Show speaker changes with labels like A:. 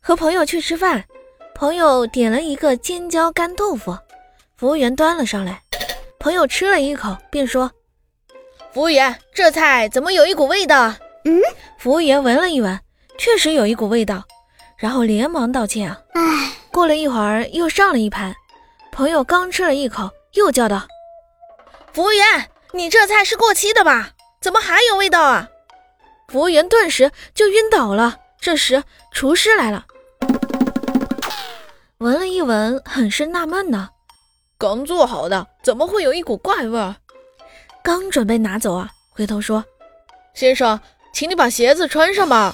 A: 和朋友去吃饭，朋友点了一个尖椒干豆腐，服务员端了上来，朋友吃了一口，便说：“
B: 服务员，这菜怎么有一股味道啊？”
C: 嗯，
A: 服务员闻了一闻，确实有一股味道，然后连忙道歉啊。
C: 唉，
A: 过了一会儿，又上了一盘，朋友刚吃了一口，又叫道
B: 服务员，你这菜是过期的吧？怎么还有味道啊？：“
A: 服务员！”顿时就晕倒了。这时，厨师来了，闻了一闻，很是纳闷呢、
B: 刚做好的，怎么会有一股怪味儿？
A: 刚准备拿走啊，回头说
B: 先生，请你把鞋子穿上吧。